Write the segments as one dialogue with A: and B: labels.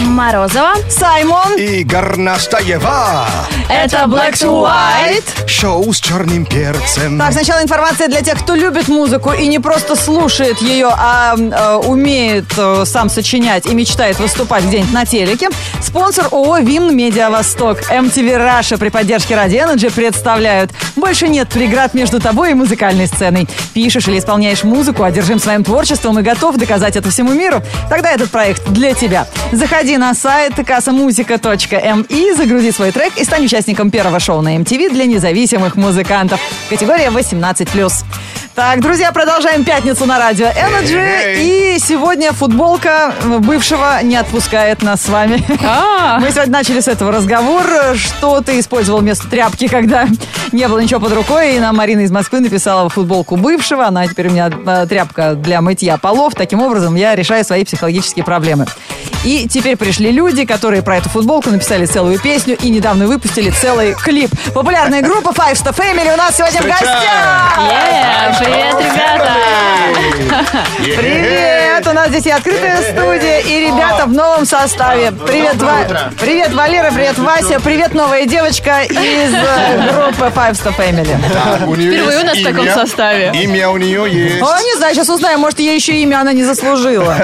A: Морозова.
B: Саймон.
C: И Горнастаева.
A: Это Black to White.
C: Шоу с черным перцем.
B: Так, сначала информация для тех, кто любит музыку и не просто слушает ее, а э, умеет э, сам сочинять и мечтает выступать где-нибудь на телеке. Спонсор ООО «Вин Медиа Восток». MTV Раша при поддержке Ради Energy представляют. Больше нет преград между тобой и музыкальной сценой. Пишешь или исполняешь музыку, одержим своим творчеством и готов доказать это всему миру? Тогда этот проект для тебя. Заходи на сайт kassamusica.me, загрузи свой трек и стань участником первого шоу на MTV для независимых музыкантов. Категория 18+. Так, друзья, продолжаем пятницу на радио Energy.
C: Эй.
B: И сегодня футболка бывшего не отпускает нас с вами.
A: А,
B: Мы сегодня начали с этого разговор, что ты использовал вместо тряпки, когда не было ничего под рукой. И нам Марина из Москвы написала футболку бывшего. Она теперь у меня э, тряпка для мытья полов. Таким образом, я решаю свои психологические проблемы. И теперь пришли люди, которые про эту футболку написали целую песню и недавно выпустили целый клип. Популярная группа Five Star Family у нас сегодня в гостях.
A: е,
D: Э,
A: привет, ребята.
B: Привет! У нас здесь и открытая студия, и ребята в новом составе. Привет, Ва- привет, Валера, привет, Вася, привет, новая девочка из э, группы Five Star Family.
A: Впервые у нас в таком составе.
C: Имя у нее есть.
B: О, не знаю, сейчас узнаем, может, ей еще имя она не заслужила.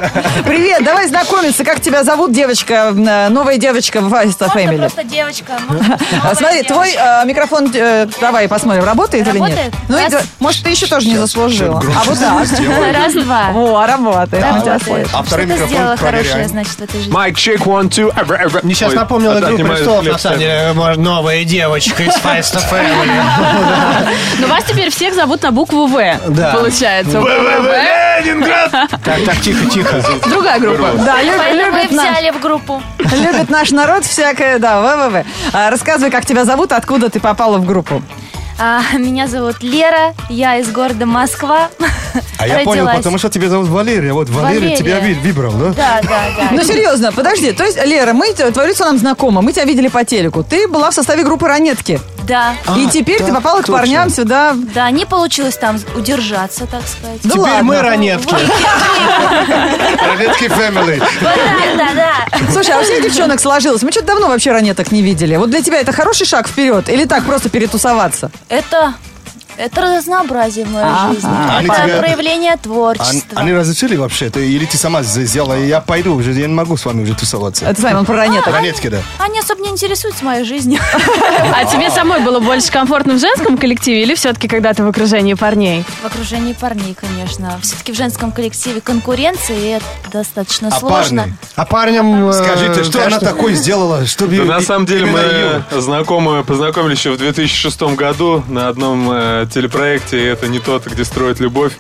B: Привет, давай знакомиться, как тебя зовут, девочка, э, новая девочка в Five Star
D: Можно
B: Family.
D: просто девочка. можно
B: А,
D: новая
B: Смотри,
D: девочка.
B: твой э, микрофон, э, давай посмотрим, работает, или нет?
D: Работает?
B: Ну, и
D: Раз.
B: да- может, ты еще тоже не заслужила.
C: громче
B: А вот так.
D: Раз, два.
B: О, работает. мы тебя слышим.
C: А второй
D: Что ты
C: микрофон
D: сделала
C: проверяй.
D: хорошее, значит, в этой жизни?
E: Майк, чек, one, two.
F: а,
E: эвр, эвр.
G: Мне сейчас
E: Ой,
G: напомнила
E: отдать
G: «Игру
E: не мою
G: престолов», на
E: хлеб,
G: самом
E: сэр.
G: деле. э, Может, новая девочка из Five Star Family.
A: Ну, вас теперь всех зовут на букву В,
G: Да.
A: получается.
G: Так, так, тихо, тихо.
A: Другая группа.
B: Да, люб-
D: Поэтому мы
B: любит нас.
D: взяли в группу.
B: Любит наш народ всякое, да, ВВВ. А, Рассказывай, как тебя зовут, откуда ты попала в группу.
D: А, меня зовут Лера, я из города Москва.
C: А я понял,
D: Родилась.
C: потому что тебя зовут Валерия. Вот Валерия
D: Валерия.
C: тебя ви- выбрал, да?
D: Да, да, да.
B: Ну, серьезно, подожди. То есть, Лера, мы, те- твое лицо нам знакомо, мы тебя видели по телеку. Ты была в составе группы «Ранетки».
D: Да,
B: и теперь ты попала к парням сюда. Ну,
D: да, не получилось там удержаться, так сказать. Ну,
B: Да
G: Теперь
B: ладно.
G: мы ранетки.
C: Ранетки Family.
D: Вот так, да, да.
B: Слушай, а у всех девчонок сложилось. Мы что-то давно вообще ранеток не видели. Вот для тебя это хороший шаг вперед или так просто перетусоваться?
D: Это... Это разнообразие в моей жизни.
C: Они
D: Это
C: тебя-
D: проявление
C: Ан-
D: творчества.
C: Они разрешили вообще? Ты, или ты сама сделала? Я пойду уже, я не могу с вами уже тусоваться.
B: Это с вами он про ранеток.
G: А,
C: Ранетки, да.
D: Они особо не интересуются моей жизнью.
A: А тебе самой было больше комфортно в женском коллективе или все-таки когда-то в окружении парней?
D: В окружении парней, конечно. Все-таки в женском коллективе конкуренция, и это достаточно
C: А
D: сложно.
C: парни?
G: А парням... э,
C: Скажите, что она
G: конечно,
C: такое сделала? Чтобы
F: Да, на самом деле
C: именно
F: мы
C: ее?
F: знакомы, познакомились еще в 2006 году на одном э, телепроекте. и Это не тот, где строят любовь.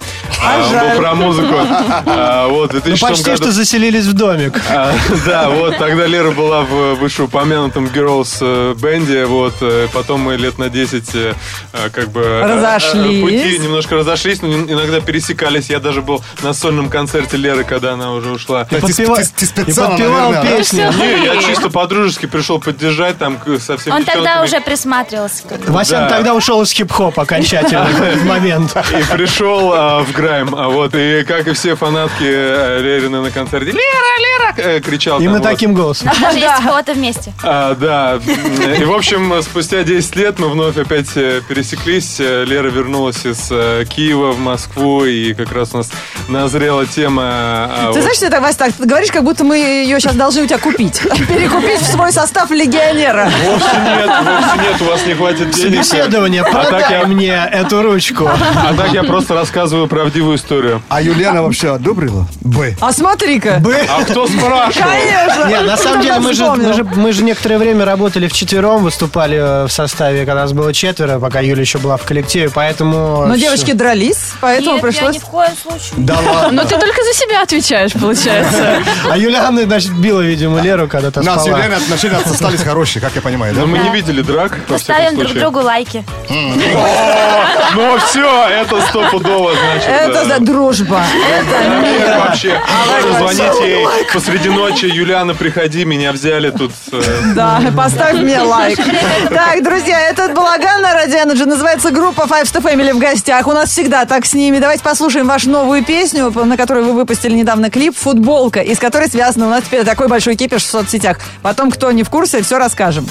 F: А, он был про музыку. А, вот, в 2006
G: Ну, Почти
F: году.
G: что заселились в домик.
F: А, да, вот тогда Лера была в вышеупомянутом Girls э, бенде, вот э, потом мы лет на 10 э, э, как бы э,
B: Разошлись.
F: э, пути немножко разошлись, но не- иногда пересекались. Я даже был на сольном концерте Леры, когда она уже ушла.
C: Да ты-
G: Подпева-
C: ты- ты
G: И
C: специально,
G: подпевал
C: наверное, да?
G: песни.
F: Не, я чисто по-дружески пришел поддержать там к- со всеми
D: Он тогда
F: девчонками.
D: уже присматривался. ко мне.
G: Васян
F: Да.
G: тогда ушел из хип-хоп окончательно в этот момент.
F: И пришел а, в Грайм, а вот, и как и все фанатки э, Лерины на концерте, Лера, Лера, э, кричал.
G: Именно
F: там, вот.
G: таким голосом.
D: У нас даже есть фото вместе.
F: А, да, и в общем, спустя 10 лет мы вновь опять э, пересеклись. Э, Лера вернулась из э, Киева в Москву, и как раз у нас назрела тема... а,
B: Ты
F: вот-
B: знаешь, ты так, Вась, так говоришь, как будто мы ее сейчас должны у тебя купить. Перекупить в свой состав легионера.
F: Вовсе нет, вовсе нет, у вас не хватит денег.
G: Собеседование,
F: так
G: продай
F: я-
G: мне эту ручку.
F: А так я просто рассказываю правдивую историю.
C: А Юлиана вообще одобрила? Б.
B: А смотри-ка.
F: А кто спрашивал?
B: Конечно.
G: Не, на самом деле мы же,
B: Вспомнил.
G: мы же мы же некоторое время работали вчетвером, выступали э, в составе, когда нас было четверо, пока Юля еще была в коллективе, поэтому.
B: Но
G: всё.
B: Ну, девочки дрались, поэтому
D: Нет, я
B: пришлось...
D: ни в коем случае.
C: Да ладно.
A: Ну, ты только за себя отвечаешь, получается.
G: А Юлиана значит била, видимо, Леру, когда то
C: У нас с
G: спала.
C: Юлианой отношения остались хорошие, как я понимаю, да?
F: Но мы не видели драк, во всяком
D: Ставим друг
F: случае.
D: другу лайки.
F: Ну все, это стопудово, значит.
B: Это
F: да.
B: за дружба. Это
F: Нет,
B: мир.
F: вообще. Нужно звонить ей посреди ночи. Юлиана, приходи, меня взяли тут. э,
B: Да, поставь мне лайк. Так, друзья, этот балаган на Радио Energy называется группа Five Star Family в гостях. У нас всегда так с ними. Давайте послушаем вашу новую песню, на которую вы выпустили недавно клип «Футболка», из которой связано у нас теперь такой большой кипиш в соцсетях. Потом, кто не в курсе, все расскажем.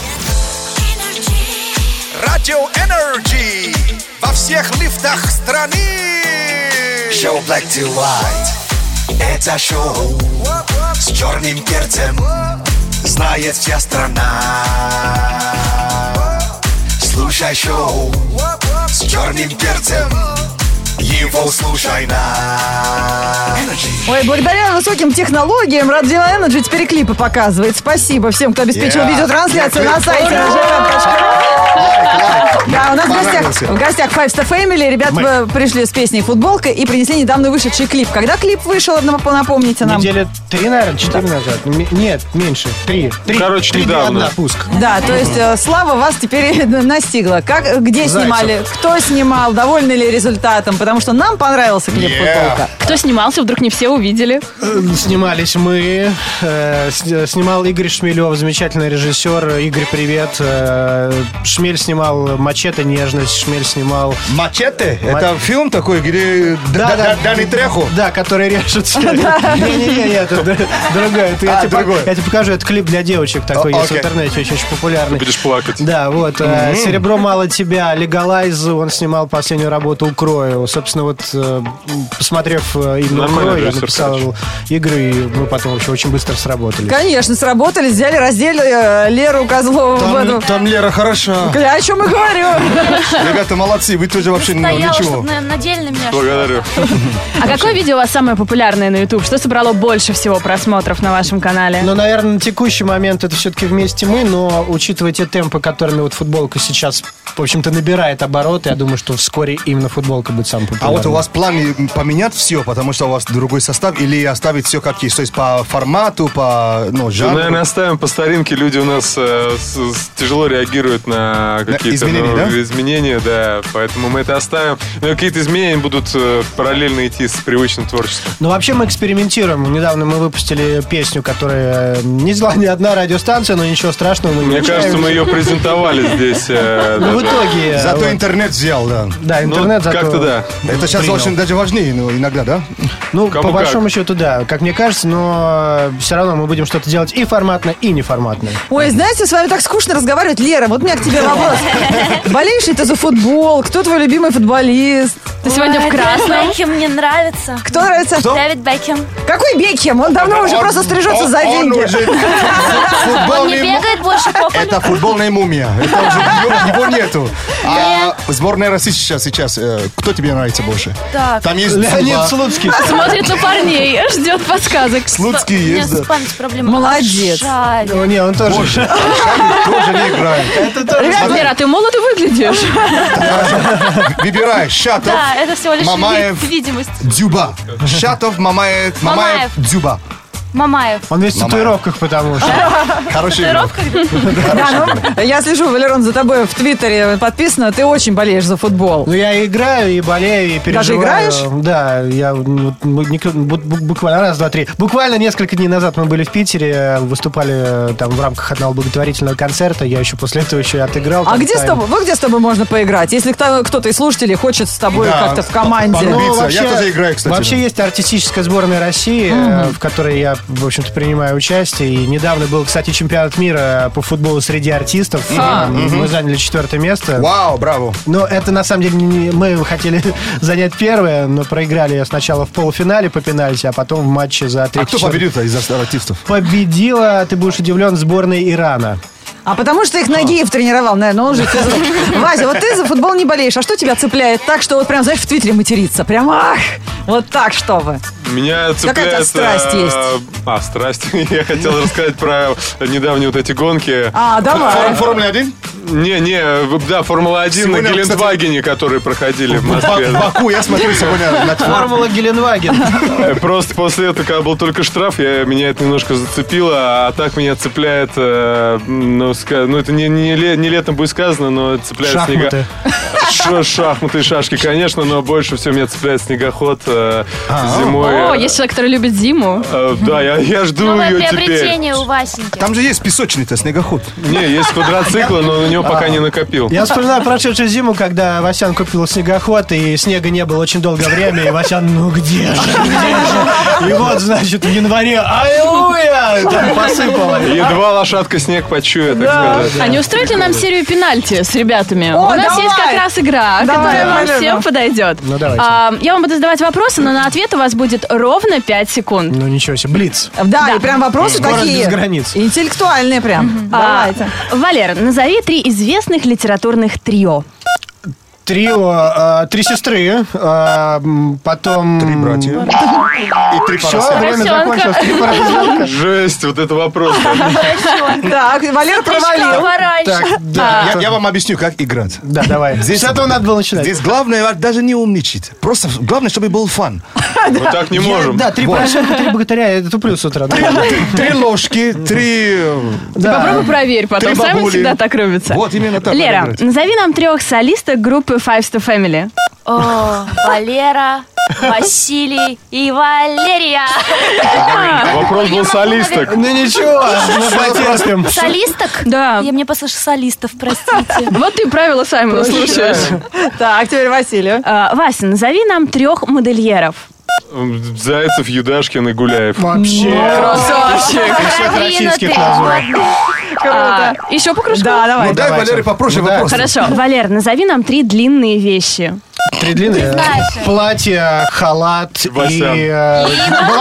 E: Радио Energy во всех лифтах страны. Шоу Black to White. Это шоу с черным перцем. Знает вся страна. Слушай шоу с черным перцем. Его слушай на Energy.
B: Ой, благодаря высоким технологиям Радио Energy теперь и клипы показывает. Спасибо всем, кто обеспечил
C: Yeah.
B: видеотрансляцию на сайте RadioFM.ru. Да, у нас в гостях, в гостях Five Star Family. Ребята э, пришли с песней «Футболка» и принесли недавно вышедший клип. Когда клип вышел, одного- напомните нам.
G: Недели три, наверное, четыре назад. М- Нет, меньше. Три. Три.
F: Короче,
G: три дня
F: недавно.
G: на пуск.
B: Да, то есть э, слава вас теперь настигла. Как, где
G: Зайцев.
B: снимали, кто снимал, довольны ли результатом, потому что нам понравился клип «Футболка».
A: Кто снимался, вдруг не все увидели.
G: Э, Снимались мы. э, с- Снимал Игорь Шмелев, замечательный режиссер. Игорь, привет. Э, Шмель снимал «Мачете. Нежность». Шмель снимал...
C: Мачете? Это фильм такой, где да, да, дали треху.
G: Да, который режется. Не-не-не, нет, это д- другое. Это я
C: А,
G: тебе пок-
C: другое.
G: Я тебе покажу, это клип для девочек такой
C: О,
G: есть в
C: окей.
G: интернете, очень очень популярный.
F: Будешь плакать.
G: Да, вот. э, Серебро мало тебя. Легалайз, он снимал последнюю работу Укрою. Собственно, вот э, м, посмотрев э, именно
F: Нормальный
G: Укрою, я
F: режиссер,
G: написал игры, и мы потом вообще очень быстро сработали.
B: Конечно, сработали, взяли, раздели э, Леру Козлову. в эту-
C: Там, там Лера хороша.
B: Я о чем и говорю.
C: Ребята, молодцы, вы тоже вообще ну,
D: Стояла,
C: ничего.
D: чтобы на- надели на меня. что-то.
F: Благодарю.
A: А какое видео у вас самое популярное на YouTube? Что собрало больше всего просмотров на вашем канале?
G: Но, наверное, на текущий момент это все-таки вместе мы, но учитывая те темпы, которыми вот футболка сейчас, в общем-то, набирает обороты, я думаю, что вскоре именно футболка будет самой
C: А
G: популярной.
C: вот у вас планы поменять все, потому что у вас другой состав, или оставить все как есть? То есть по формату, по ну,
F: Ну,
C: жанру?
F: наверное, оставим по старинке. Люди у нас э, с- с- тяжело реагируют на какие-то
C: изменения,
F: ну,
C: да?
F: изменения, да. Поэтому мы это оставим. Но какие-то изменения будут э, параллельно идти с привычным творчеством.
G: Ну, вообще мы экспериментируем. Недавно мы выпустили песню, которая э, не взяла ни одна радиостанция, но ничего страшного. Мы не
F: Мне кажется, мы
G: общаемся.
F: ее презентовали здесь. э,
G: Ну, в
F: даже.
G: итоге... э,
C: Зато
G: вот,
C: интернет взял, да.
G: Да,
F: Ну,
G: интернет зато...
F: Как-то да.
C: Это сейчас
G: Принял.
C: очень даже важнее, ну, иногда, да?
G: Ну,
F: Кому
G: по
F: как.
G: большому счету, да, как мне кажется, но все равно мы будем что-то делать и форматно, и неформатно.
B: Ой, знаете, с вами так скучно разговаривать. Лера, вот у меня к тебе вопрос. Болеешь ли ты за футбол? Кто твой любимый футболист?
A: Ты сегодня в
D: Ой,
A: красном.
D: Дэвид Бекхем мне нравится.
B: Кто нравится?
D: Дэвид Бекхем.
B: Какой Бекхем? Он давно уже
C: Он-
B: просто стрижется
C: он-
B: за
C: он
B: деньги.
C: уже
D: Он не
C: футбольный му-
D: бегает больше по полю.
C: Это футбольная мумия. Это уже его- его нету. А сборная России сейчас, сейчас, э, кто тебе нравится больше?
D: Так.
C: Там есть
G: Леонид
C: Леонид
G: Слуцкий.
A: Смотрит на парней, ждет подсказок.
C: Слуцкий
D: У меня
C: есть, да.
D: с памятью проблема.
B: Молодец.
D: Жаль.
G: Ну, не, он тоже.
C: Тоже не играет.
G: Это тоже.
A: Вера, а ты молодо выглядишь.
C: Выбирай. Шатов,
D: Да, это всего лишь
C: Мамаев.
D: вид- видимость.
C: Дзюба. Шатов, Мамаев, Мамаев,
D: Мамаев.
C: Дзюба.
D: Мамаев.
G: Он весь в
C: Мамаев.
G: татуировках, потому что.
C: Хороший игрок.
B: Да, ну, я слежу, Валерон, за тобой в Твиттере подписано. Ты очень болеешь за футбол.
G: Ну, я играю, и болею, и переживаю.
B: играешь?
G: Да, я ну, мы не- бу- бу- буквально раз, два, три. Буквально несколько дней назад мы были в Питере, э, выступали э, там в рамках одного благотворительного концерта. Я еще после этого еще и отыграл.
B: А
G: там
B: где с
G: тайм.
B: тобой, вы где с тобой можно поиграть? Если кто- кто-то из слушателей хочет с тобой
C: Да,
B: как-то в команде.
C: по- по- Биться. Я тоже играю, кстати.
G: Вообще есть артистическая сборная России, э, в которой я, в общем-то, принимаю участие. И недавно был, кстати, чемпионат мира по футболу среди артистов.
B: А.
G: Э, Мы заняли четвертое место.
C: Вау, браво.
G: Но это на самом деле не- не- мы хотели занять первое, но проиграли сначала в полуфинале по пенальти, а потом в матче за
C: А
G: третье.
C: кто победил-то из артистов?
G: Победила, ты будешь удивлен, сборная Ирана.
B: А потому что их Нагиев тренировал, наверное, он же физрук. Вася, вот ты за футбол не болеешь, а что тебя цепляет так, что вот прям, знаешь, в Твиттере материться? Прям ах! Вот так, что вы.
F: Меня цепляет...
B: Какая-то страсть
F: э,
B: есть.
F: А, страсть. Я хотел рассказать про недавние вот эти гонки.
B: А, давай.
C: Формула 1?
F: Не, не, в- да, Формула-1 на
C: Сегодня, кстати,
F: Гелендвагене, которые проходили в Москве.
C: Баку, я смотрю сегодня на
G: Формула Геленваген.
F: Э, Просто после этого, когда был только штраф, я, меня это немножко зацепило, а так меня цепляет э, ну, по-моему, ска- ну это не, не, ле- не летом будет сказано, но цепляет
G: Шахматы.
F: снега- Ш- шахматы, шашки, конечно, но больше всего меня цепляет снегоход э,
G: А.
F: зимой.
A: О, есть человек, который любит зиму.
F: Э, Да, я, я жду
H: Новое
F: ее теперь.
H: приобретение у Васеньки.
E: Там же есть песочный-то снегоход.
F: Не, есть квадроциклы, но на него пока не накопил.
G: Я вспоминаю прошедшую зиму, когда Васян купил снегоход, и снега не было очень долгое время, и Васян, ну где же, где же? И вот, значит, в январе, аллилуйя, там посыпало.
F: Едва лошадка снег почует, так сказать.
A: А не устроить ли нам серию пенальти с ребятами?
B: О,
A: У нас
B: давай!
A: есть как раз игра,
B: Давай,
A: которая вам
B: Валера.
A: всем подойдет.
G: Ну, давайте.
A: А, я вам буду задавать вопросы, но на ответ у вас будет ровно 5 секунд.
G: Ну ничего себе, блиц.
B: Да, и прям вопросы
G: Город
B: такие.
G: без границ.
B: Интеллектуальные прям. Давайте.
A: А, Валер, назови три известных литературных трио.
G: Трио, э, три сестры, э, м, потом... Три братья.
C: И три
G: Все,
C: поросенка.
G: время закончилось. Три поросенка.
F: Жесть, вот это вопрос.
B: Так, Валер провалил.
G: Так, да.
C: Я, я вам объясню, как играть.
G: Да, давай.
C: Здесь-
G: С этого надо было начинать.
C: Здесь главное даже не умничать. Просто главное, чтобы был фан.
F: Мы так не можем.
G: Да, три поросенка, три богатыря, я туплю с утра. Да.
C: Три ложки, три... э,
A: Попробуй проверь, потом
C: Три
A: сами
C: бабули.
A: всегда так рубятся.
C: Вот именно так. надо
A: Лера,
C: играть.
A: назови нам трех солисток группы Five Star Family.
H: О, Валера,
D: Василий и Валерия.
F: Вопрос был солисток.
G: Ну ничего, мы потерпим.
H: солисток?
A: Да.
D: Я мне послышал солистов, простите.
A: Вот ты правила Саймона слушаешь.
B: Так, теперь Василию.
A: А, Вася, назови нам трех модельеров.
F: Зайцев, Юдашкин и Гуляев.
G: Вообще.
A: Красавчик.
G: Всех
H: Продвинутый.
G: российских назвал.
A: А, еще по кружку?
B: Да,
C: Ну,
B: давай.
C: дай
G: давайте.
C: Валере попроще
G: Ну, да.
C: вопрос.
A: Хорошо. Валер, назови нам три длинные вещи.
G: Три длинные. Платье, халат
F: Васян.
G: и... э,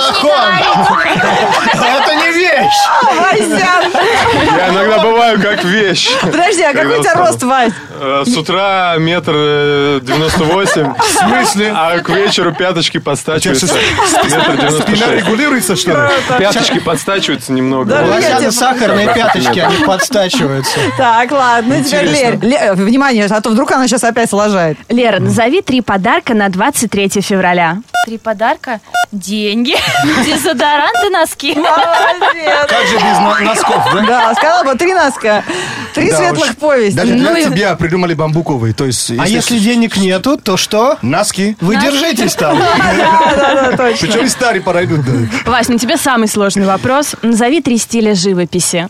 G: Балахон. Это не вещь.
B: Ну, Вася,
F: Я иногда бываю как вещь.
B: подожди, а какой у тебя
F: встану.
B: рост, Вась?
F: Э, С утра метр э, девяносто восемь. В смысле? А к вечеру пяточки подстачиваются. Метр девяносто
C: Спина
F: шесть.
C: регулируется, что ли?
F: Пяточки подстачиваются немного.
B: Да,
G: У
B: Ну, я
G: Васяна
B: тебе
G: сахарные пяточки, они подстачиваются.
B: Так, ладно, ну, теперь Лер. Ле- Внимание, а то вдруг она сейчас опять сложает.
A: Лера, назови три подарка на 23 февраля.
D: Три подарка. Деньги, дезодоранты, носки.
B: Молодец.
C: Как же без на- носков, да?
B: Да, сказала бы три носка, три
C: Да
B: светлых
C: уж.
B: повести. Ну
C: Даже для тебя придумали бамбуковые. То есть,
G: А если денег нету, то что?
C: Носки.
G: Вы держитесь там.
C: Причем и старые пройдут. да.
A: Вась, ну тебе самый сложный вопрос. Назови три стиля живописи.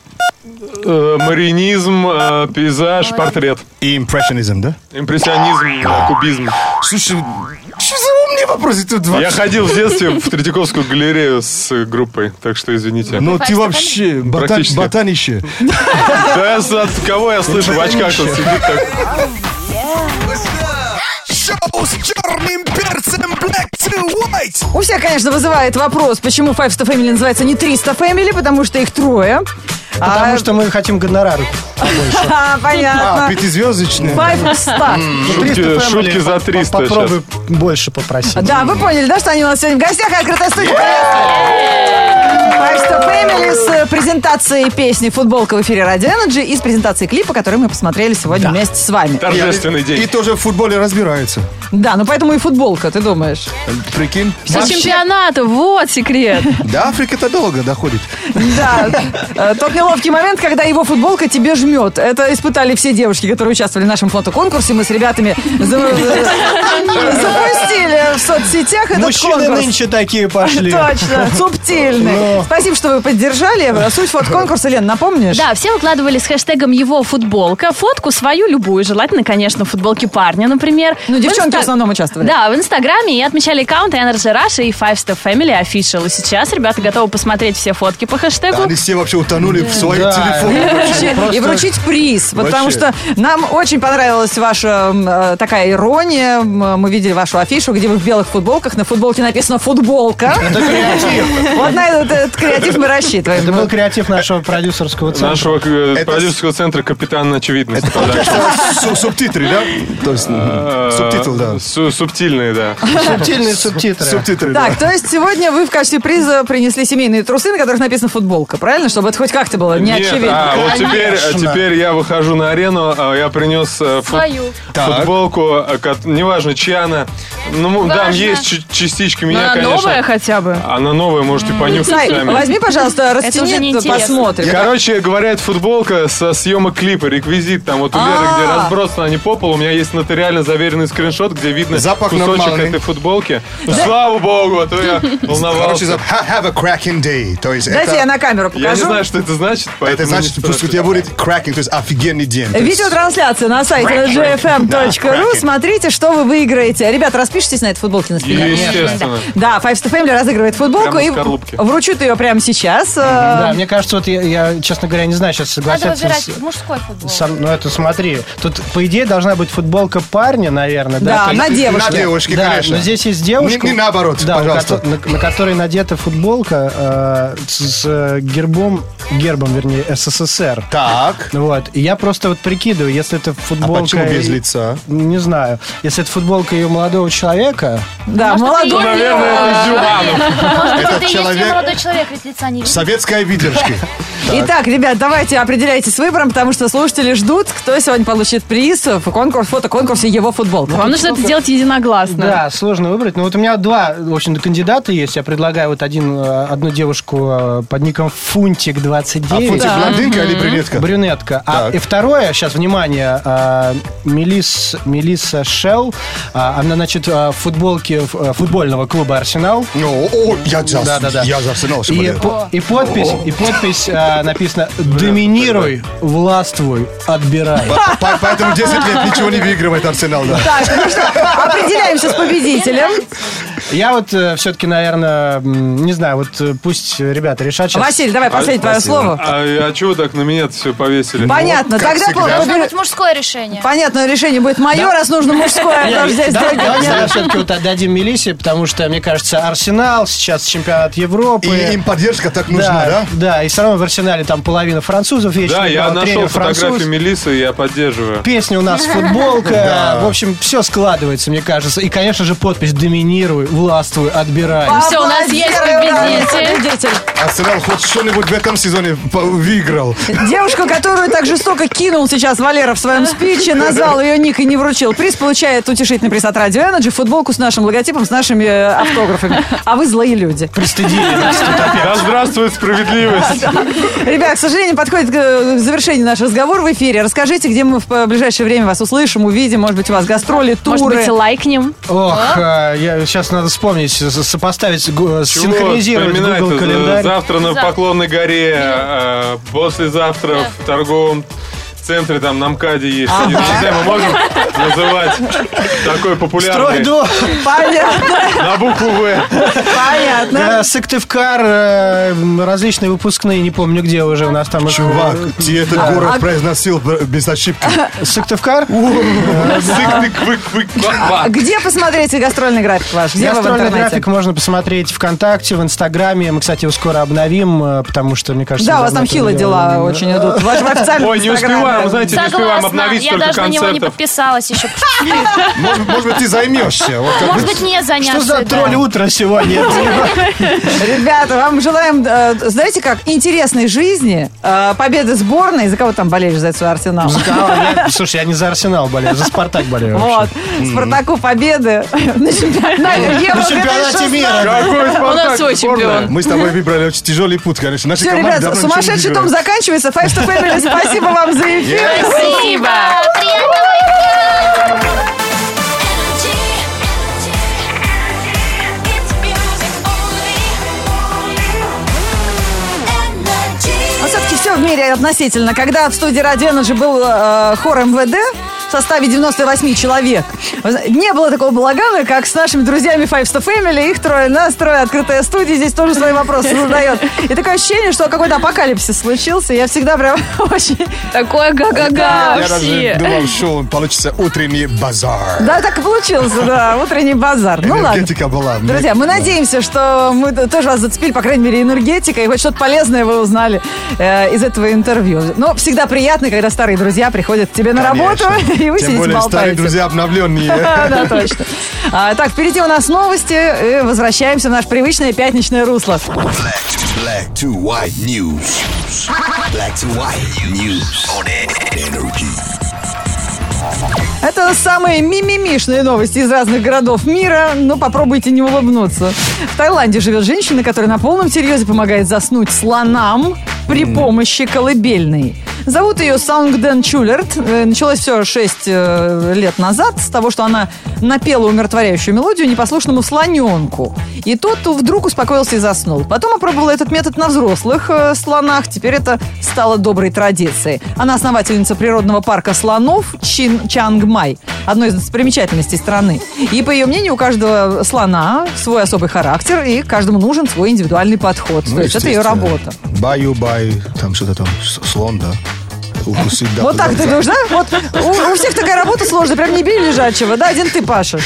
F: Э, Маринизм, э, пейзаж, портрет.
C: И импрессионизм, да?
F: Импрессионизм, э, кубизм.
C: Слушай, что за умные вопросы тут
F: Я
C: вообще?
F: ходил в детстве в Третьяковскую галерею с э, группой, так что извините.
C: Ну ты вообще ботан-
F: Практически.
C: ботанище.
F: Да я с- от кого я слышу в очках он сидит так.
E: Шоу с черным перцем Black to White.
B: У всех, конечно, вызывает вопрос, почему Five Star Family называется не 300 Family, потому что их трое.
G: Потому
B: А,
G: что мы хотим гонорары.
B: а,
C: А,
B: понятно.
C: пятизвездочные.
B: Five Star.
F: Шутки-
G: 300 family.
F: шутки за
G: По-
F: 300
G: Попробуй больше попросить.
B: Да, вы поняли, да, что они у нас сегодня в гостях, открытая студия. Five Star Family с э, презентацией песни «Футболка» в эфире «Радио Energy и с презентацией клипа, который мы посмотрели сегодня вместе с вами.
F: Торжественный
C: И
F: день.
C: тоже в футболе разбираются.
B: Да, ну поэтому и футболка, ты думаешь.
C: Прикинь.
A: Все
C: Вообще,
A: чемпионата, вот секрет.
C: До Африки-то долго доходит.
B: Да, Э, тот неловкий момент, когда его футболка тебе жмет. Это испытали все девушки, которые участвовали в нашем фотоконкурсе. Мы с ребятами за- запустили в соцсетях этот
G: Мужчины
B: конкурс.
G: нынче такие пошли.
B: Точно, субтильный.
G: Но.
B: Спасибо, что вы поддержали. Суть фотоконкурса, Лен, напомнишь?
A: Да, все выкладывали с хэштегом его футболка, фотку свою любую, желательно, конечно, футболки парня, например.
B: Ну,
A: В
B: девчонки
A: инста-
B: в основном участвовали.
A: Да, в Инстаграме и отмечали аккаунты Energy Russia и Five Star Family Official. И сейчас ребята готовы посмотреть все фотки по хэштегу.
C: Они все вообще утонули в своих
G: Да.
C: телефонах.
B: Вообще, И вручить приз, потому что нам очень понравилась ваша м, э, такая ирония. М, Мы видели вашу афишу, где вы в белых футболках. На футболке написано «футболка». Вот на этот этот креатив мы рассчитываем.
G: Это был креатив нашего продюсерского центра.
F: Нашего э,
C: Это-
F: продюсерского центра «Капитан Очевидность».
C: Су- Субтитры, да? То есть м, субтитл, да.
F: Э, Су- Субтильные, да.
G: Субтильные субтитры.
C: Субтитры, да.
B: Так, то есть сегодня вы в качестве приза принесли семейные трусы, на которых написано футболка, правильно? Чтобы это хоть как-то было не
F: Нет,
B: очевидно.
F: а, вот теперь, а,
G: Конечно.
F: теперь я выхожу на арену, а, я принес э, фут-
H: Свою.
C: Так.
F: футболку, э, кот- неважно, чья она. Ну, м, да,
H: Важно.
F: есть чи- частички
A: Ну,
F: меня,
A: она
F: конечно.
A: новая хотя бы.
F: Она новая, можете понюхать
B: Сай,
F: сами.
B: возьми, пожалуйста,
D: Это уже
B: растяни
D: не
A: интересно.
B: посмотрим.
F: Короче говоря, это футболка со съемок клипа, реквизит. Там вот у Леры, где
B: А.
F: разбросаны они по полу, у меня есть нотариально заверенный скриншот, где видно
C: Запах
F: кусочек
C: нормальный.
F: этой футболки. Ну, Слава богу, а то я
C: Короче,
F: волновался.
C: за- have a cracking day. То есть
B: Дайте я
C: это...
B: на камеру покажу.
F: Я не знаю, что это значит,
C: А Это
F: поэтому
C: значит,
F: не
C: пусть у тебя
F: спрашиваю.
C: будет cracking, то есть офигенный день. То есть-
B: Видеотрансляция на сайте gfm.ru.
C: Кракин.
B: Смотрите, что вы выиграете. Ребят, распишитесь на этой футболке на спине.
F: Естественно.
B: Да, Five Star Family разыгрывает футболку
F: Прямо из
B: и
F: коробки.
B: вручит ее прямо сейчас.
G: Да,
B: Э,
G: мне кажется, вот я, я, честно говоря, не знаю, сейчас
H: Надо
G: согласятся
H: выбирать
G: с...
H: мужской футбол.
G: со мной- ну это смотри, тут по идее должна быть футболка парня, наверное, да?
B: Да,
G: То
B: на
G: есть-
B: девушке.
C: На девушке,
G: да,
C: конечно.
G: но здесь есть девушка.
C: Не- не наоборот,
G: да, у
C: пожалуйста.
G: кото- на, на которой надета футболка э, с, с, э, гербом, гербом, вернее, СССР.
C: Так.
G: Вот. И я просто вот прикидываю, если это
C: А
G: футболка...
C: почему без лица?
G: Не знаю. Если это футболка ее молодого человека,
B: Да,
H: это
B: молодой.
H: и есть-
F: Наверное, это
B: А,
F: Зюганов.
H: Может быть,
C: Этот
H: это и есть
C: человек-
H: ее молодой человек, ведь лица не видно.
C: Советская выдержка.
B: Итак, ребят, давайте определяйтесь с выбором, потому что слушатели ждут, кто сегодня получит приз в конкурс, фотоконкурсе его футболка.
A: Вам нужно это сделать единогласно.
G: Да, сложно выбрать. Но вот у меня два, в общем-то, кандидата есть. Я предлагаю вот один, э, одну девушку э, под ником
C: А
G: Фунтик29.
C: Фунтик блондинка или брюнетка?
G: Брюнетка. А,
C: Так.
G: и второе, сейчас, внимание, э, Мелис, Мелисса Шелл. А, она, значит, э, в футболке ф- э, футбольного клуба «Арсенал».
C: Ну, о, я за,
G: Да, да, да.
C: я за Арсенал
G: И,
C: болею.
G: по- и подпись, и подпись э, написано «Доминируй, властвуй, отбирай».
C: По- по- Поэтому 10 лет ничего не выигрывает Арсенал, да.
B: Так, ну что, определяемся с победителем.
G: Я вот э, все-таки, наверное, не знаю, вот э, пусть ребята решат сейчас.
B: Василий, давай последнее твое слово.
F: А, а чего так на меня все повесили?
B: Понятно.
C: как
B: Тогда
C: всегда.
B: побе-
H: Должно быть мужское решение.
B: понятное решение будет мое, раз нужно мужское.
G: Я-
B: Подожди,
G: Давай,
B: сделать.
G: давай, давай все-таки вот отдадим Мелисе, потому что, мне кажется, Арсенал сейчас чемпионат Европы.
C: И им поддержка так нужна, да?
G: да, да, и все равно в Арсенале там половина французов есть.
F: Да,
G: что
F: я
G: играл,
F: нашел
G: тренер
F: фотографию
G: француз.
F: Мелисы, я поддерживаю.
G: Песня у нас футболка. В общем, все складывается, мне кажется. И, конечно же, подпись «Доминируй, властвуй, отбирай».
A: Всё, у нас есть
B: Аплодируем.
A: победитель.
C: Арсенал хоть что-нибудь в этом сезоне по- выиграл.
B: Девушку, которую так жестоко кинул сейчас Валера в своем спиче, назвал ее ник и не вручил. Приз получает утешительный приз от Radio Energy, футболку с нашим логотипом, с нашими э, автографами. А вы злые люди.
G: Пристыдили нас тут опять.
F: Да здравствует справедливость.
B: Ребят, к сожалению, подходит к э, к завершению наш разговор в эфире. Расскажите, где мы в э, ближайшее время вас услышим, увидим. Может быть, у вас гастроли, туры.
A: Может быть, лайкнем?
G: Ох, э, я, сейчас надо вспомнить, с- сопоставить, гу- э,
F: Чего
G: синхронизировать
F: вспоминать-то?
G: Google календарь.
F: э, Завтра на
H: Завтра.
F: Поклонной горе, э, послезавтра в торговом центре, там на МКАДе есть. Не знаю, мы можем называть такой популярный
G: Стройду.
B: Понятно,
F: на букву В.
B: понятно.
G: Да, Сыктывкар, э, различные выпускные, не помню где уже у нас там. их-
B: Э,
C: Чувак, ты этот
B: А
C: город произносил б- без ошибки.
G: Сыктывкар?
F: Сык-тык-вык-вык-ва-ва.
B: Где посмотреть гастрольный график ваш? Где вы в
G: Гастрольный
B: интернете?
G: график можно посмотреть ВКонтакте, в Инстаграме. Мы, кстати, его скоро обновим, э, потому что, мне кажется...
B: Да, у вас
G: за
B: там
G: мной
B: хило
G: это
B: дела
G: дело.
B: очень идут. В вашем официальном
F: Ой, не
B: Инстаграме.
F: успеваем, знаете, не успеваем
H: Согласна,
F: обновить
H: я
F: столько
H: даже на него не
F: концертов.
H: подписалась еще.
C: Может, может быть, ты займешься. Вот как
H: Может
C: бы-
H: быть, не
G: Что за
H: заняться. да.
G: тролль утра сегодня?
B: Ребята, вам желаем, э, знаете как, интересной жизни, э, победы сборной. За кого там болеешь за свой арсенал?
G: За кого? Я- Слушай, я не за Арсенал болею, за Спартак болею.
B: Вот.
G: вообще.
B: Спартаку победы на чемпионате Евро
G: На чемпионате
B: 2016.
G: мира.
F: Какой
A: У
F: Спартак?
A: нас свой чемпион.
C: Мы с тобой выбрали очень тяжелый путь, конечно. Наши
B: Все,
C: команды
B: ребят,
C: давно ну, ничего не
B: сумасшедший том
C: выигрывают.
B: заканчивается. Five to Family, спасибо вам за эфир.
A: Спасибо.
B: Но все-таки все в мире относительно. Когда в студии Радио Energy был э, хор МВД в составе 98 человек, вы зна- не было такого балагана, как с нашими друзьями Five Star Family. Их трое, нас трое, открытая студия здесь тоже свои вопросы задает. И такое ощущение, что какой-то апокалипсис случился. Я всегда прям очень...
A: Такое га-га-га.
C: Я даже
A: вообще.
C: думал, что получится утренний базар.
B: Да, так и получился, да, утренний базар. Ну ладно.
C: Энергетика была.
B: Друзья, мы
C: Да.
B: надеемся, что мы т- тоже вас зацепили, по крайней мере, энергетикой, и хоть что-то полезное вы узнали э, из этого интервью. Но всегда приятно, когда старые друзья приходят к тебе на работу,
C: Конечно.
B: и вы
C: Тем
B: сидите
C: более старые
B: болтаете.
C: друзья обновленные.
B: Да, точно. А, так, впереди у нас новости. И возвращаемся в наше привычное пятничное русло.
E: Black to, black to white news. Black to white news on energy.
B: Это самые мимимишные новости из разных городов мира. Но попробуйте не улыбнуться. В Таиланде живет женщина, которая на полном серьезе помогает заснуть слонам. при помощи колыбельной. Зовут ее Саунгден Чулерт. Э, Началось все 6 лет назад с того, что она напела умиротворяющую мелодию непослушному слоненку. И тот вдруг успокоился и заснул. Потом опробовала этот метод на взрослых э, слонах. Теперь это стало доброй традицией. Она основательница природного парка слонов Чин Чангмай, одной из достопримечательностей страны. И, по ее мнению, у каждого слона свой особый характер, и каждому нужен свой индивидуальный подход.
C: Ну,
B: То есть это ее
C: естественно.
B: работа.
C: Баю-бай, там что-то там, с- слон, да. Укусить, да.
B: вот так ты
C: да.
B: должна? Вот у, у всех такая работа сложная, прям не бей лежачего, да, один ты, Паша.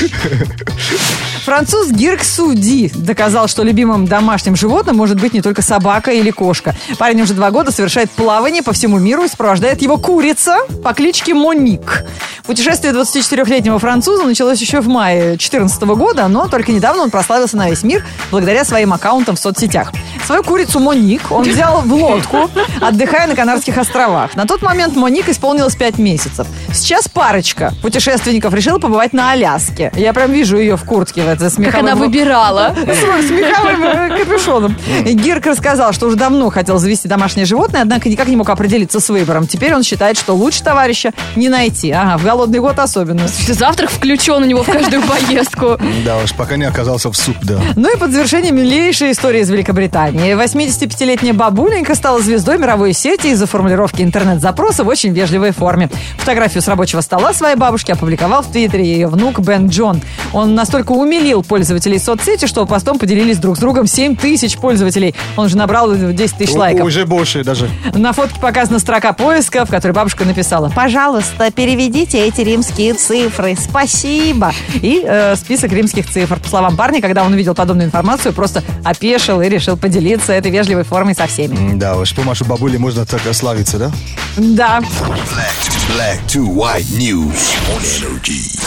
B: Француз Гирк Суди доказал, что любимым домашним животным может быть не только собака или кошка. Парень уже два года совершает плавание по всему миру и сопровождает его курица по кличке Моник. Путешествие 24-летнего француза началось еще в мае 2014 года, но только недавно он прославился на весь мир благодаря своим аккаунтам в соцсетях. Свою курицу Моник он взял в лодку, отдыхая на Канарских островах. На тот момент Моник исполнилось 5 месяцев. Сейчас парочка путешественников решила побывать на Аляске. Я прям вижу ее в куртке в этой
A: Как она
B: выбирает.
A: выбирала.
B: С меховым э, капюшоном. Гирк рассказал, что уже давно хотел завести домашнее животное, однако никак не мог определиться с выбором. Теперь он считает, что лучше товарища не найти. Ага, в голодный год особенно.
A: Завтрак включен у него в каждую поездку.
C: Да уж, пока не оказался в суп, да.
B: Ну и под завершение милейшая история из Великобритании. 85-летняя бабуленька стала звездой мировой сети из-за формулировки интернет-запроса в очень вежливой форме. Фотографию с рабочего стола своей бабушки опубликовал в Твиттере ее внук Бен Джон. Он настолько умилил пользователей соцсети, что постом поделились друг с другом 7 тысяч пользователей. Он же набрал 10 тысяч лайков.
C: Уже больше даже.
B: На фотке показана строка поиска, в которой бабушка написала «Пожалуйста, переведите эти римские цифры, спасибо». И э, список римских цифр. По словам парня, когда он увидел подобную информацию, просто опешил и решил поделиться этой вежливой формой со всеми.
C: Да уж, с помощью бабули можно так славиться, да?
B: Да.
E: Black to, black to white news on energy.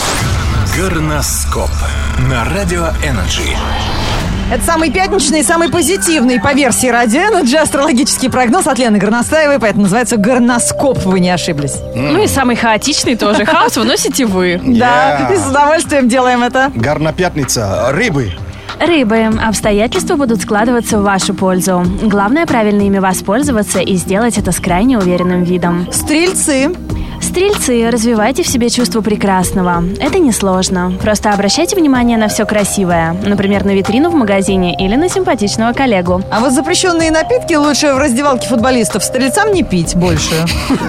E: Горноскоп на радио Energy.
B: Это самый пятничный и самый позитивный по версии Радио Energy астрологический прогноз от Лены Горностаевой, поэтому называется «Горноскоп», вы не ошиблись.
A: Ну и самый хаотичный тоже. Хаос выносите вы.
B: Да, и с удовольствием делаем это.
C: Гарнопятница, рыбы.
I: Рыбы. Обстоятельства будут складываться в вашу пользу. Главное правильно ими воспользоваться и сделать это с крайне уверенным видом.
B: Стрельцы.
I: Стрельцы, развивайте в себе чувство прекрасного. Это несложно. Просто обращайте внимание на все красивое. Например, на витрину в магазине или на симпатичного коллегу.
B: А вот запрещенные напитки лучше в раздевалке футболистов стрельцам не пить больше.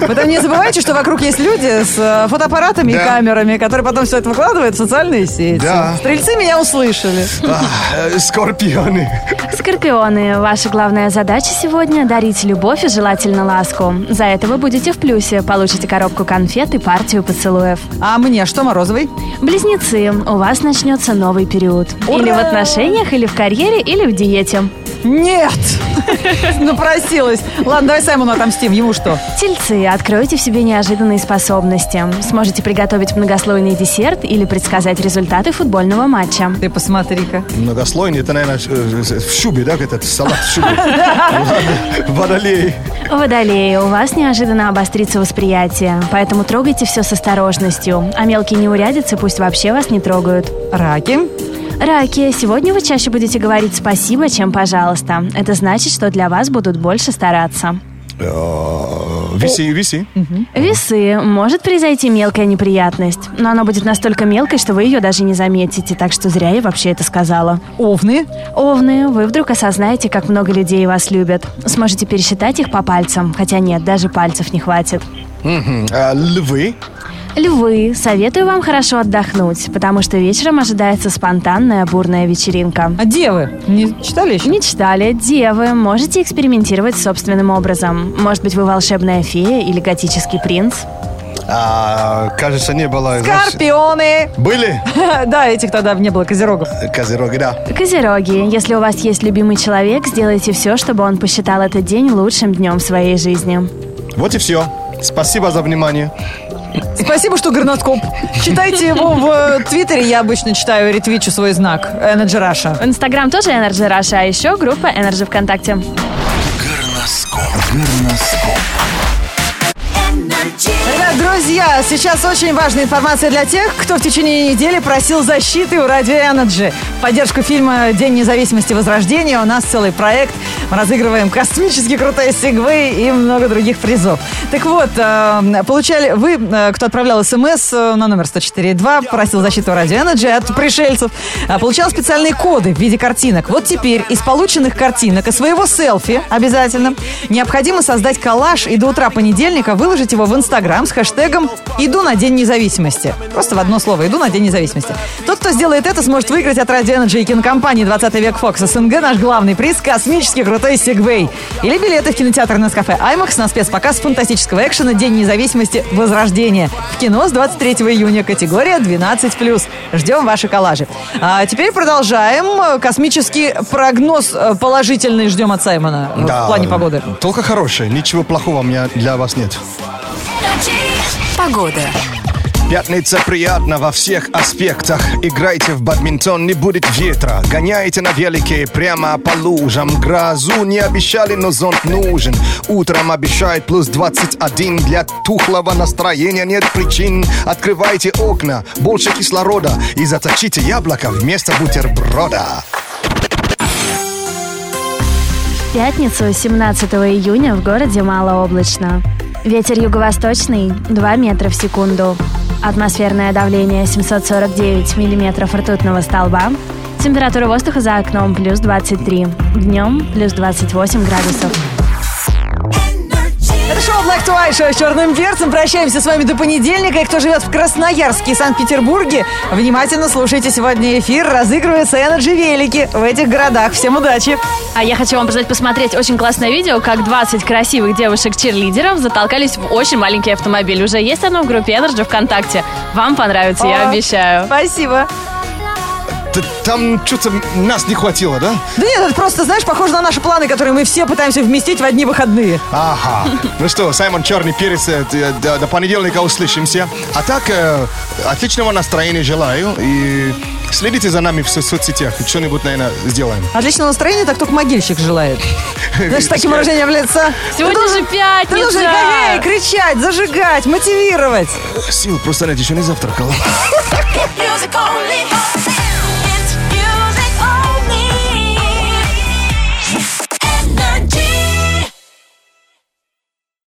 B: Поэтому не забывайте, что вокруг есть люди с э, фотоаппаратами и
C: Да.
B: камерами, которые потом все это выкладывают в социальные сети.
C: Да.
B: Стрельцы меня услышали.
C: А, э, Скорпионы.
I: Скорпионы, ваша главная задача сегодня – дарить любовь и желательно ласку. За это вы будете в плюсе, получите коробку конфет и партию поцелуев.
B: А мне что, Морозовый?
I: Близнецы, у вас начнется новый период. Или в отношениях, или в карьере, или в диете.
B: Нет! Напросилась. Ладно, давай Саймону отомстим. Ему что?
I: Тельцы, откройте в себе неожиданные способности. Сможете приготовить многослойный десерт или предсказать результаты футбольного матча.
B: Ты посмотри-ка.
C: Многослойный, это, наверное, в шубе, да, этот салат в шубе. Ладно, Водолей.
I: Водолеи, у вас неожиданно обострится восприятие, поэтому трогайте все с осторожностью, а мелкие неурядицы пусть вообще вас не трогают.
B: Раки.
I: Раки, сегодня вы чаще будете говорить спасибо, чем пожалуйста. Это значит, что для вас будут больше стараться.
C: Э, Виси, виси.
I: Весы. Может произойти мелкая неприятность, но она будет настолько мелкой, что вы ее даже не заметите, так что зря я вообще это сказала.
B: Овны.
I: Овны, вы вдруг осознаете, как много людей вас любят. Сможете пересчитать их по пальцам, хотя нет, даже пальцев не хватит.
C: Мгм. Э, Львы.
I: Львы, советую вам хорошо отдохнуть, потому что вечером ожидается спонтанная бурная вечеринка.
B: А девы? Не читали еще?
I: Мечтали, девы, можете экспериментировать с собственным образом. Может быть, вы волшебная фея или готический принц?
C: А, Кажется, не было. знаешь,
B: Скорпионы.
C: Были
B: Да, этих тогда не было, козерогов.
C: козероги, да.
I: Козероги, если у вас есть любимый человек, сделайте все, чтобы он посчитал этот день лучшим днем в своей жизни.
C: Вот и все. Спасибо за внимание.
B: Спасибо, что горноскоп. Читайте его в э, Твиттере. Я обычно читаю, ретвичу свой знак. Energy Russia.
I: В Инстаграм тоже Energy Russia, а еще группа Energy ВКонтакте.
E: Горноскоп. Горноскоп.
B: Ребят, друзья, сейчас очень важная информация для тех, кто в течение недели просил защиты у Радио Energy. В поддержку фильма «День независимости. Возрождение» у нас целый проект Мы разыгрываем космически крутые сегвы и много других призов. Так вот, э, получали вы, э, кто отправлял смс э, на номер 104.2, просил защиту радио Energy от пришельцев, э, получал специальные коды в виде картинок. Вот теперь из полученных картинок и своего селфи обязательно необходимо создать коллаж и до утра понедельника выложить его в Инстаграм с хэштегом «Иду на День независимости». Просто в одно слово «Иду на День независимости». Тот, кто сделает это, сможет выиграть от Радио Energy и кинокомпании «20 век Фокс СНГ» наш главный приз – космический крутой сегвей. Или билеты в кинотеатр на кафе «Аймакс» на спецпоказ фантастического экшена «День независимости. Возрождение» в кино с 23 июня, категория 12+. Ждем ваши коллажи. А теперь продолжаем. Космический прогноз э, положительный ждем от Саймона э, в плане погоды.
C: Только хорошее, ничего плохого у меня для вас нет.
J: Погода.
E: Пятница приятна во всех аспектах. Играйте в бадминтон, не будет ветра. Гоняйте на велике прямо по лужам. Грозу не обещали, но зонт нужен. Утром обещают плюс 21. Для тухлого настроения нет причин. Открывайте окна, больше кислорода. И заточите яблоко вместо бутерброда.
I: В пятницу, 17 июня, в городе малооблачно. Ветер юго-восточный 2 метра в секунду. Атмосферное давление 749 миллиметров ртутного столба. Температура воздуха за окном плюс 23. Днем плюс 28 градусов.
B: Это шоу Black to White, шоу с черным перцем. Прощаемся с вами до понедельника. И кто живет в Красноярске и Санкт-Петербурге, внимательно слушайте сегодня эфир. Разыгрываются Energy велики в этих городах. Всем удачи!
A: А я хочу вам предложить посмотреть очень классное видео, как 20 красивых девушек-чирлидеров затолкались в очень маленький автомобиль. Уже есть оно в группе Energy ВКонтакте. Вам понравится, я
B: О,
A: обещаю.
B: Спасибо.
C: Т- Там что-то нас не хватило, да?
B: Да нет, это просто, знаешь, похоже на наши планы, которые мы все пытаемся вместить в одни выходные.
C: Ага. Ну что, Саймон Черный Перец, э, т- до, до понедельника услышимся. А так, э, отличного настроения желаю. И следите за нами в со- соцсетях. Что-нибудь, наверное, сделаем.
B: Отличного настроения так только могильщик желает. Знаешь, с таким выражением лица.
A: Сегодня
B: ты
A: же
B: должен-
A: пятница.
B: Ты должен говей, кричать, зажигать, мотивировать.
C: Сил просто нет, еще не завтракал.
J: Music only.